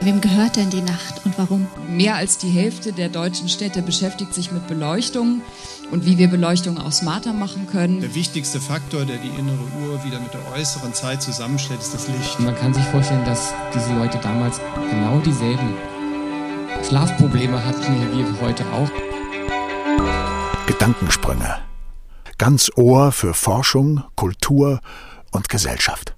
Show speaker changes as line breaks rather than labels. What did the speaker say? Wem gehört denn die Nacht und warum?
Mehr als die Hälfte der deutschen Städte beschäftigt sich mit Beleuchtung und wie wir Beleuchtung auch smarter machen können.
Der wichtigste Faktor, der die innere Uhr wieder mit der äußeren Zeit zusammenstellt, ist das Licht.
Man kann sich vorstellen, dass diese Leute damals genau dieselben Schlafprobleme hatten wie wir heute auch.
Gedankensprünge. Ganz Ohr für Forschung, Kultur und Gesellschaft.